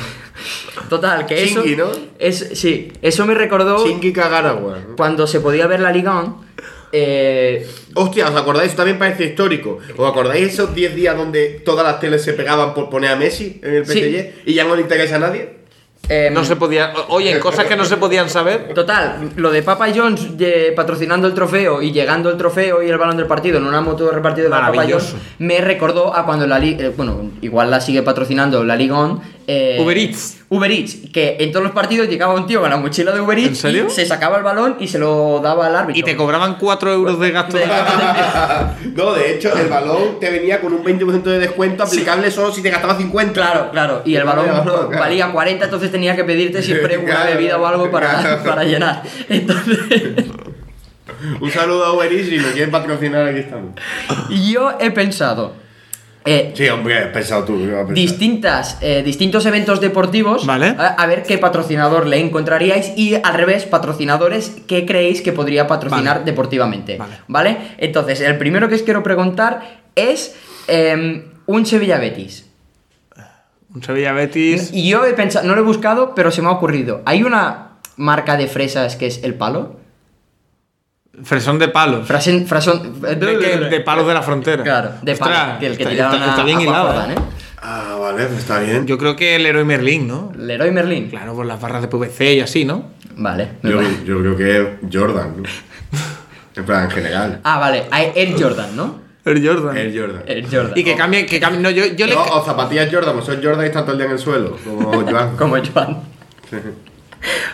Speaker 2: total, que eso.
Speaker 4: Chingui, ¿no?
Speaker 2: es, sí, eso me recordó
Speaker 4: Chingui cagar agua.
Speaker 2: cuando se podía ver la Liga On, eh,
Speaker 4: Hostia, ¿os acordáis? Eso también parece histórico. ¿Os acordáis esos 10 días donde todas las teles se pegaban por poner a Messi en el PSG
Speaker 2: Sí.
Speaker 4: y ya no le interesa a nadie?
Speaker 2: em,
Speaker 3: No se podía, o- oye, cosas que no se podían saber.
Speaker 2: Total, lo de Papa John's de- patrocinando el trofeo y llegando el trofeo y el balón del partido en una moto repartida de Papa
Speaker 3: Maravilloso.
Speaker 2: John's me recordó a cuando la liga, bueno, igual la sigue patrocinando la Liga On. eh,
Speaker 3: Uber Eats.
Speaker 2: Uber Eats, que en todos los partidos llegaba un tío con la mochila de Uber Eats,
Speaker 3: ¿En serio?
Speaker 2: y se sacaba el balón y se lo daba al árbitro.
Speaker 3: Y te cobraban cuatro euros de gasto.
Speaker 2: De-
Speaker 4: No, de hecho, el balón te venía con un 20% de descuento aplicable solo si te gastabas 50.
Speaker 2: Claro, claro. Y el balón valía 40, entonces tenía que pedirte siempre una
Speaker 4: Claro,
Speaker 2: bebida o algo para,
Speaker 4: claro.
Speaker 2: para llenar. Entonces,
Speaker 4: Un saludo a Uber Eats, si lo quieren patrocinar, aquí estamos.
Speaker 2: yo he pensado. eh,
Speaker 4: Sí, hombre, has pensado tú. yo he pensado.
Speaker 2: distintas, eh, distintos eventos deportivos
Speaker 3: Vale.
Speaker 2: a, a ver qué patrocinador le encontraríais y al revés, patrocinadores que creéis que podría patrocinar
Speaker 3: Vale.
Speaker 2: deportivamente.
Speaker 3: Vale.
Speaker 2: ¿Vale? Entonces, el primero que os quiero preguntar es em, un Sevilla Betis.
Speaker 3: Un Sevilla Betis.
Speaker 2: Y yo he pensado, no lo he buscado, pero se me ha ocurrido. Hay una marca de fresas que es el palo.
Speaker 3: Fresón de palos.
Speaker 2: Frasen, frasón,
Speaker 3: De, que- de palos de la frontera.
Speaker 2: eh, Claro, de
Speaker 3: Ostras,
Speaker 2: palo. Que el que
Speaker 3: está,
Speaker 2: tiraron
Speaker 3: está-
Speaker 2: a-
Speaker 3: está
Speaker 2: a
Speaker 3: bien
Speaker 2: Juan
Speaker 3: hilado,
Speaker 2: Jordán,
Speaker 3: ¿eh?
Speaker 2: ¿eh?
Speaker 4: Ah, vale, pues está bien.
Speaker 3: Yo creo que el héroe Merlín, ¿no?
Speaker 2: Leroy Merlin.
Speaker 3: Claro, por las barras de PVC y así, ¿no?
Speaker 2: Vale. me
Speaker 4: Yo,
Speaker 2: parece.
Speaker 4: yo creo que es Jordan, ¿no? En plan, en general.
Speaker 2: Ah, vale. hay Air Jordan, ¿no?
Speaker 3: El Jordan.
Speaker 4: Es Jordan.
Speaker 2: Air Jordan.
Speaker 3: Y que cambie, que cambie. No, yo, yo le.
Speaker 4: No, o zapatillas Jordan, pues son Jordan y están todo el día en el suelo. Como Joan.
Speaker 2: Como Joan.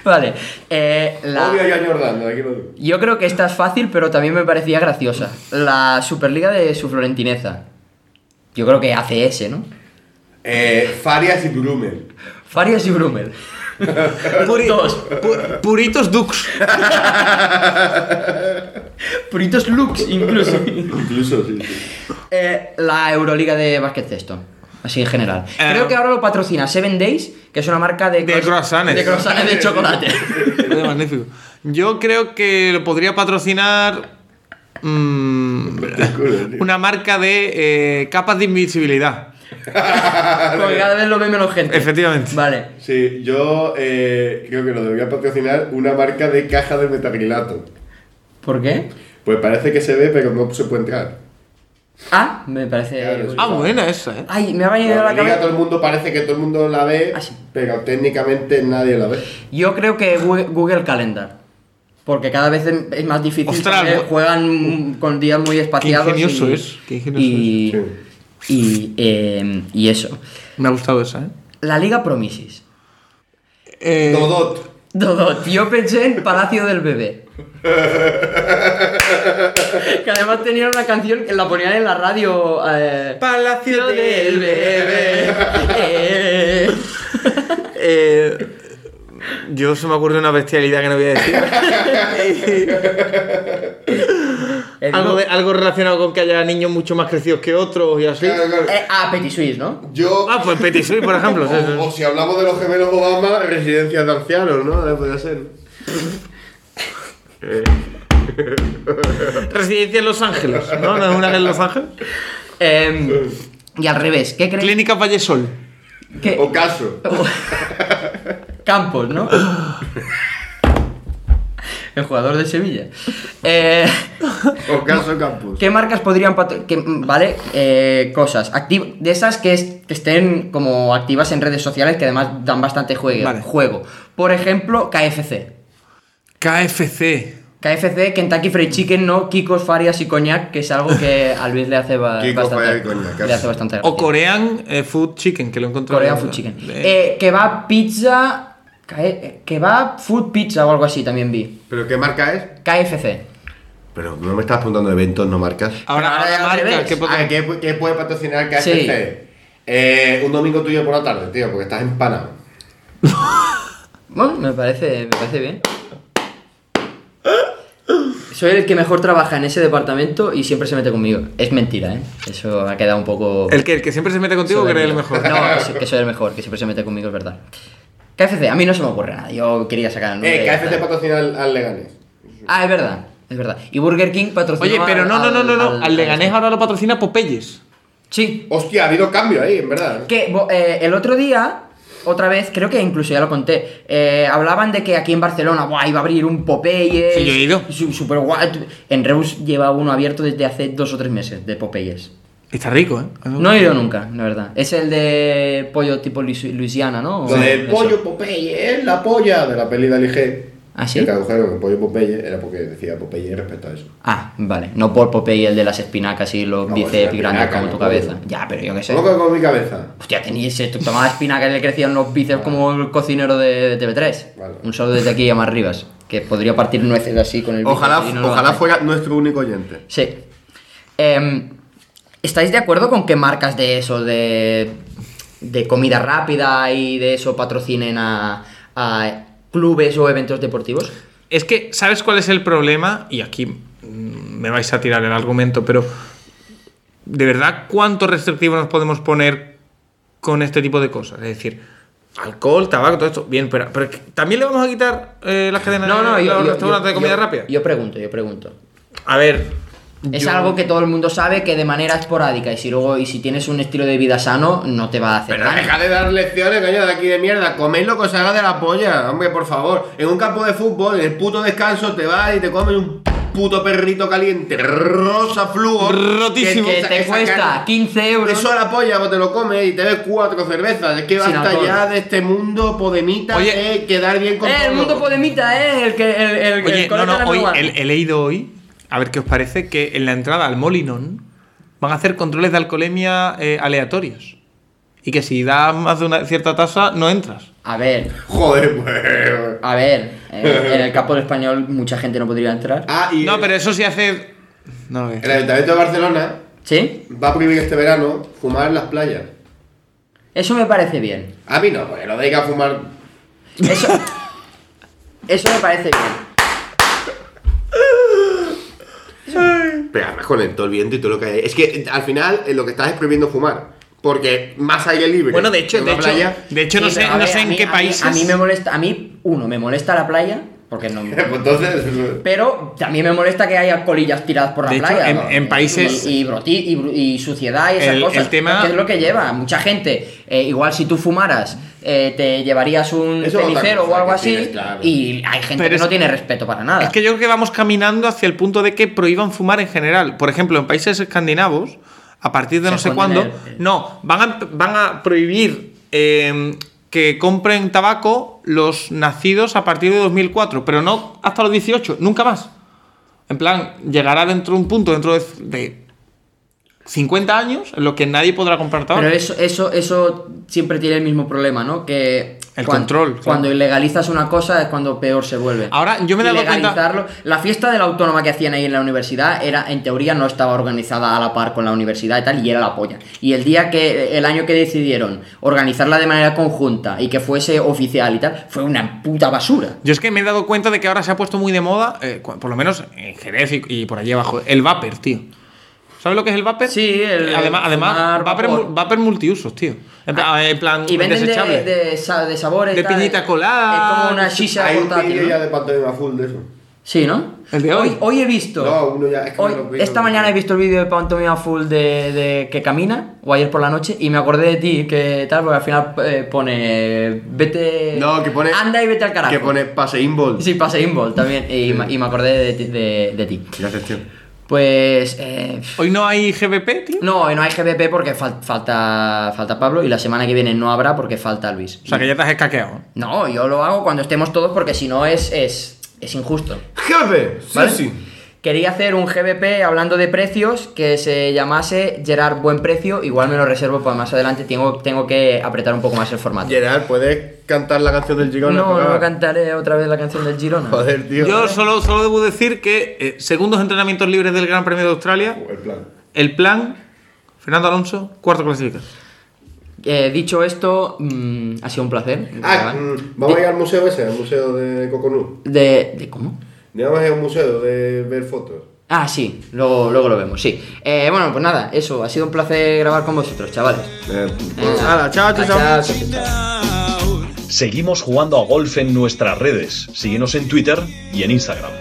Speaker 2: vale. eh, la-
Speaker 4: Obvio yo a Jordan, de aquí lo digo.
Speaker 2: Yo creo que esta es fácil, pero también me parecía graciosa. La Superliga de su florentineza. Yo creo que ACS, ¿no?
Speaker 4: Eh, Farias y Blumel.
Speaker 2: Farias y Brumel.
Speaker 3: Puri-
Speaker 2: Dos.
Speaker 3: pu- puritos Dux.
Speaker 2: Puritos looks, incluso.
Speaker 4: Incluso, sí, sí.
Speaker 2: Eh, la Euroliga de baloncesto. Así en general.
Speaker 3: Eh.
Speaker 2: Creo que ahora lo patrocina Seven Days, que es una marca de,
Speaker 3: De
Speaker 2: cros-
Speaker 3: croissants.
Speaker 2: De croissants de chocolate.
Speaker 3: Es magnífico. Yo creo que lo podría patrocinar. mm, una marca de eh, capas de invisibilidad.
Speaker 2: Porque cada vez lo ve menos gente.
Speaker 3: Efectivamente.
Speaker 2: Vale.
Speaker 4: Sí, yo eh, creo que lo debería patrocinar una marca de caja de metacrilato.
Speaker 2: ¿Por qué?
Speaker 4: Pues parece que se ve, pero no se puede entrar.
Speaker 2: Ah, me parece.
Speaker 4: Claro, sí.
Speaker 3: Ah, buena esa, ¿eh?
Speaker 2: Ay, me ha venido a
Speaker 4: La
Speaker 2: la
Speaker 4: liga,
Speaker 2: cabeza.
Speaker 4: todo el mundo parece que todo el mundo la ve,
Speaker 2: Ah, sí.
Speaker 4: pero técnicamente nadie la ve.
Speaker 2: Yo creo que Gu- Google Calendar. Porque cada vez es es más difícil.
Speaker 3: Ostras,
Speaker 2: saber,
Speaker 3: bu-
Speaker 2: juegan con días muy espaciados.
Speaker 3: ingenioso
Speaker 2: y-
Speaker 3: es, qué ingenioso
Speaker 2: y, y, eh, y eso.
Speaker 3: Me ha gustado esa, ¿eh?
Speaker 2: La Liga Promisis.
Speaker 3: Eh,
Speaker 4: Dodot.
Speaker 2: Dodot, yo pensé en Palacio del Bebé. que además tenía una canción que la ponían en la radio. eh,
Speaker 3: Palacio
Speaker 2: del Bebé. Eh.
Speaker 3: Eh, Yo se me ocurrió una bestialidad que no voy a decir.
Speaker 2: El
Speaker 3: algo,
Speaker 2: no-
Speaker 3: de- algo relacionado con que haya niños mucho más crecidos que otros y así.
Speaker 4: Claro, claro.
Speaker 2: Eh, ah, Petit Suisse, ¿no?
Speaker 4: Yo.
Speaker 3: Ah, pues Petit Suisse, por ejemplo. sí, sí.
Speaker 4: O, o si hablamos de los gemelos Obama, residencias de ancianos, ¿no? Eh, Podría ser.
Speaker 3: Residencia en Los Ángeles, ¿no? ¿No es una en Los Ángeles?
Speaker 2: Em, y al revés, ¿qué crees?
Speaker 3: Clínica Vallesol.
Speaker 2: que-
Speaker 4: O caso.
Speaker 2: Campos, ¿no? El jugador de Sevilla. Eh,
Speaker 4: O caso campus.
Speaker 2: ¿Qué marcas podrían patro- que, mm, Vale, eh, cosas. activ- de esas que, es- que estén como activas en redes sociales que además dan bastante juegue-
Speaker 3: Vale.
Speaker 2: juego. Por ejemplo, KFC.
Speaker 3: KFC.
Speaker 2: KFC, Kentucky Fried Chicken, no Kikos, Farias y Coñac, que es algo que a Luis le hace, ba-
Speaker 4: Kikos, Farias
Speaker 2: bastante,
Speaker 4: y Coñac,
Speaker 2: le hace bastante
Speaker 3: O
Speaker 2: gracia.
Speaker 3: Korean eh, Food Chicken, que lo encontré.
Speaker 2: Corean Food Chicken.
Speaker 3: Eh,
Speaker 2: Eh, que va pizza. cae- Que va Food Pizza o algo así también vi.
Speaker 4: ¿Pero qué marca es?
Speaker 2: KFC.
Speaker 4: Pero no me estás preguntando eventos, no marcas.
Speaker 2: ahora
Speaker 3: ahora, ahora
Speaker 2: ya al
Speaker 3: marca,
Speaker 2: revés.
Speaker 3: ¿qué pot-
Speaker 4: Ah, ¿qué, pu- qué puede patrocinar KFC?
Speaker 2: Sí.
Speaker 4: Eh, un domingo tuyo por la tarde, tío, porque estás empanado.
Speaker 2: Bueno, me parece, me parece bien. Soy el que mejor trabaja en ese departamento y siempre se mete conmigo. Es mentira, ¿eh? Eso ha quedado un poco.
Speaker 3: ¿El que, ¿El que siempre se mete contigo o que
Speaker 2: soberbio.
Speaker 3: eres el mejor?
Speaker 2: No, que soy- que soy el mejor, que siempre se mete conmigo, es verdad. KFC, a mí no se me ocurre nada. Yo quería sacar. el
Speaker 4: Eh,
Speaker 2: nombre,
Speaker 4: KFC
Speaker 2: tal.
Speaker 4: patrocina al, al Leganés.
Speaker 2: Ah, es verdad, es verdad. Y Burger King patrocina.
Speaker 3: Oye, pero no, no, no, no, no. Al Leganés ahora lo patrocina Popeyes.
Speaker 2: Sí,
Speaker 4: Hostia, ha habido cambio ahí, en verdad.
Speaker 2: Que bo- eh, el otro día, otra vez, creo que incluso ya lo conté, eh, hablaban de que aquí en Barcelona buah, iba a abrir un Popeyes.
Speaker 3: Sí, yo he ido.
Speaker 2: su- Super guay. En Reus lleva uno abierto desde hace dos o tres meses de Popeyes.
Speaker 3: Está rico, ¿eh?
Speaker 2: No he ido nunca, la verdad. Es el de pollo tipo Luis- Luisiana, ¿no?
Speaker 4: Lo del
Speaker 2: Eso.
Speaker 4: pollo Popeye, es la polla de la peli de Alige.
Speaker 2: ¿Ah, sí?
Speaker 4: Que tradujeron el pollo Popeye era porque decía Popeye respecto a eso.
Speaker 2: Ah, vale. No por Popeye, el de las espinacas y los
Speaker 4: No,
Speaker 2: bíceps
Speaker 4: pues,
Speaker 2: grandes
Speaker 4: espinaca,
Speaker 2: como tu
Speaker 4: no,
Speaker 2: cabeza.
Speaker 4: pollo.
Speaker 2: Ya, pero yo qué sé.
Speaker 4: ¿Cómo que con mi cabeza?
Speaker 2: Hostia, tenías esto, tomaba espinacas y le crecían los bíceps como el cocinero de, de TV3.
Speaker 4: Vale.
Speaker 2: Un saludo desde aquí a más Rivas, que podría partir nueces así con el bíceps y no lo hace.
Speaker 4: fuera nuestro único oyente.
Speaker 2: Sí. Em, ¿Estáis de acuerdo con que marcas de eso, de, de comida rápida y de eso patrocinen a, a clubes o eventos deportivos?
Speaker 3: Es que, ¿sabes cuál es el problema? Y aquí mm, me vais a tirar el argumento, pero ¿de verdad cuánto restrictivo nos podemos poner con este tipo de cosas? Es decir, alcohol, tabaco, todo esto, bien, pero, pero también le vamos a quitar eh, las cadenas
Speaker 2: No, no,
Speaker 3: los
Speaker 2: yo, yo-
Speaker 3: restaurantes
Speaker 2: yo-
Speaker 3: de comida
Speaker 2: yo-
Speaker 3: rápida.
Speaker 2: Yo pregunto, yo pregunto.
Speaker 3: a ver,
Speaker 2: Es
Speaker 3: yo-
Speaker 2: algo que todo el mundo sabe que de manera esporádica y si luego y si tienes un estilo de vida sano no te va a hacer
Speaker 4: Pero
Speaker 2: daño.
Speaker 4: deja de dar lecciones, coño, de aquí de mierda. Coméis lo que os haga de la polla, hombre, por favor. En un campo de fútbol, en el puto descanso, te vas y te comes un puto perrito caliente, rosa flúor.
Speaker 3: Rotísimo.
Speaker 2: Que
Speaker 4: esa-
Speaker 2: te
Speaker 4: esa
Speaker 2: cuesta
Speaker 4: carne-
Speaker 2: 15 euros.
Speaker 4: Eso a la polla, pues te lo comes y te ves cuatro cervezas. Es que
Speaker 2: Sin
Speaker 4: basta
Speaker 2: alcohol.
Speaker 4: ya de este mundo podemita
Speaker 3: Oye.
Speaker 4: de quedar bien con
Speaker 2: Eh, el
Speaker 4: todo.
Speaker 2: mundo podemita, eh, el que el, el,
Speaker 3: Oye,
Speaker 2: el
Speaker 3: no,
Speaker 2: colega de
Speaker 3: no,
Speaker 2: la
Speaker 3: hoy
Speaker 2: nueva.
Speaker 3: he, he leído hoy, a ver qué os parece, que en la entrada al Molinón van a hacer controles de alcoholemia eh, aleatorios. Y que si das más de una cierta tasa, no entras.
Speaker 2: A ver,
Speaker 4: Joder, pues.
Speaker 2: a ver, eh, en el campo del español mucha gente no podría entrar.
Speaker 4: Ah, y
Speaker 3: No, pero eso sí hace. No, lo voy a
Speaker 4: el
Speaker 3: decir.
Speaker 4: Ayuntamiento de Barcelona
Speaker 2: ¿Sí?
Speaker 4: va a prohibir este verano fumar en las playas.
Speaker 2: Eso me parece bien.
Speaker 4: A mí no, porque no deja fumar.
Speaker 2: Eso Eso me parece bien.
Speaker 4: Pero además con el, todo el viento y todo lo que hay. Es que eh, al final eh, lo que estás es prohibiendo fumar. Porque más aire libre.
Speaker 3: Bueno, de hecho,
Speaker 4: en
Speaker 3: de
Speaker 4: una
Speaker 3: hecho,
Speaker 4: playa,
Speaker 3: de hecho no
Speaker 2: Sí,
Speaker 3: sé,
Speaker 2: pero a
Speaker 3: no
Speaker 2: ver,
Speaker 3: sé
Speaker 2: a
Speaker 3: en
Speaker 2: mí-
Speaker 3: qué
Speaker 2: a mí-
Speaker 3: países.
Speaker 2: A mí me molesta, a mí uno me molesta la playa porque no
Speaker 4: pues entonces.
Speaker 2: Pero también me molesta que haya colillas tiradas por la
Speaker 3: De hecho,
Speaker 2: playa.
Speaker 3: en-
Speaker 2: ¿no?
Speaker 3: en países-
Speaker 2: Y, y broti- y bru- y suciedad y esas
Speaker 3: El-
Speaker 2: cosas.
Speaker 3: el tema-
Speaker 2: Que es lo que lleva. Mucha gente, eh, igual si tú fumaras, eh, te llevarías un
Speaker 4: Eso es otra
Speaker 2: cenicero o
Speaker 4: cosa
Speaker 2: algo
Speaker 4: que
Speaker 2: así.
Speaker 4: tienes, claro.
Speaker 2: Y hay gente
Speaker 3: Pero
Speaker 2: que
Speaker 3: es-
Speaker 2: no tiene respeto para nada.
Speaker 3: Es que yo creo que vamos caminando hacia el punto de que prohíban fumar en general. Por ejemplo, en países escandinavos, a partir de
Speaker 2: Se
Speaker 3: no sé
Speaker 2: esconden
Speaker 3: cuándo,
Speaker 2: el- el-
Speaker 3: no, van a, van a prohibir eh, que compren tabaco los nacidos a partir de 2004, pero no hasta los 18, nunca más. En plan, llegará dentro de un punto, dentro de, de 50 Ah, años, en lo que nadie podrá comprar tabaco.
Speaker 2: Pero eso, eso, eso siempre tiene el mismo problema, ¿no? Que
Speaker 3: El
Speaker 2: Cuan-
Speaker 3: control, claro.
Speaker 2: Cuando ilegalizas una cosa es cuando peor se vuelve.
Speaker 3: Ahora, yo me he dado cuenta-
Speaker 2: Ilegalizarlo- La fiesta de la autónoma que hacían ahí en la universidad era, en teoría, no estaba organizada a la par con la universidad y tal, y era la polla. Y el día que, el año que decidieron organizarla de manera conjunta y que fuese oficial y tal, fue una puta basura.
Speaker 3: Yo es que me he dado cuenta de que ahora se ha puesto muy de moda, eh, cu- por lo menos en Jerez y, y por allí abajo, el vapor, tío. ¿Sabes lo que es el vapor?
Speaker 2: Sí, el-
Speaker 3: además, además
Speaker 2: fumar
Speaker 3: vapor, Ah,
Speaker 2: vapor.
Speaker 3: mu- vapor multiusos, tío. En plan, en plan
Speaker 2: Y venden de,
Speaker 3: desechable.
Speaker 2: de sa- de sabores. y
Speaker 3: De
Speaker 2: tal.
Speaker 3: piñita colada.
Speaker 2: Es como una shisha
Speaker 4: Hay un
Speaker 2: portátil.
Speaker 4: vídeo
Speaker 2: ¿no?
Speaker 4: ya de pantomima full de eso.
Speaker 2: Sí, ¿no?
Speaker 3: El de hoy.
Speaker 2: Hoy, hoy he visto.
Speaker 4: No, uno ya- es que
Speaker 2: hoy-
Speaker 4: no lo vi,
Speaker 2: esta
Speaker 4: no lo vi.
Speaker 2: mañana he visto el vídeo de Pantomima Full de, de que camina, o ayer por la noche, y me acordé de ti, que tal, porque al final eh, pone. Vete.
Speaker 4: No, que pone.
Speaker 2: Eh, Anda y vete al carajo.
Speaker 4: Que pone pase involt.
Speaker 2: Sí, pase Inbol también, y, ma- y me acordé de, ti- de- de ti.
Speaker 4: Gracias, tío.
Speaker 2: Pues. eh,
Speaker 3: Hoy no hay GBP, tío.
Speaker 2: no, no hay GBP porque fal- falta, falta Pablo, y la semana que viene no habrá porque falta Luis.
Speaker 3: O sea que ya te has escaqueado.
Speaker 2: No, yo lo hago cuando estemos todos porque si no es, es, es injusto.
Speaker 4: Jefe, sí,
Speaker 2: ¿vale?
Speaker 4: sí.
Speaker 2: Quería hacer un GBP hablando de precios que se llamase Gerard Buen Precio. Igual me lo reservo para más adelante. Tengo, tengo que apretar un poco más el formato.
Speaker 4: Gerard, ¿puedes cantar la canción del Girona?
Speaker 2: no,
Speaker 4: por favor?
Speaker 2: no cantaré otra vez la canción del Girona.
Speaker 4: Joder, tío.
Speaker 3: Yo solo, solo debo decir que eh, segundos entrenamientos libres del Gran Premio de Australia,
Speaker 4: El plan.
Speaker 3: el plan, Fernando Alonso, cuarto clasificado.
Speaker 2: Eh, dicho esto, mm, ha sido un placer.
Speaker 4: Ah, mm, vamos a ir al museo ese, al museo de Coconú.
Speaker 2: de, ¿De cómo?
Speaker 4: No vamos a ir al museo de ver fotos.
Speaker 2: Ah, sí, luego, luego lo vemos, sí. Eh, bueno, pues nada, eso, ha sido un placer grabar con vosotros, chavales.
Speaker 4: Eh,
Speaker 3: Hala, chao, chao, chao.
Speaker 2: Adiós.
Speaker 1: Seguimos jugando a golf en nuestras redes. Síguenos en Twitter y en Instagram.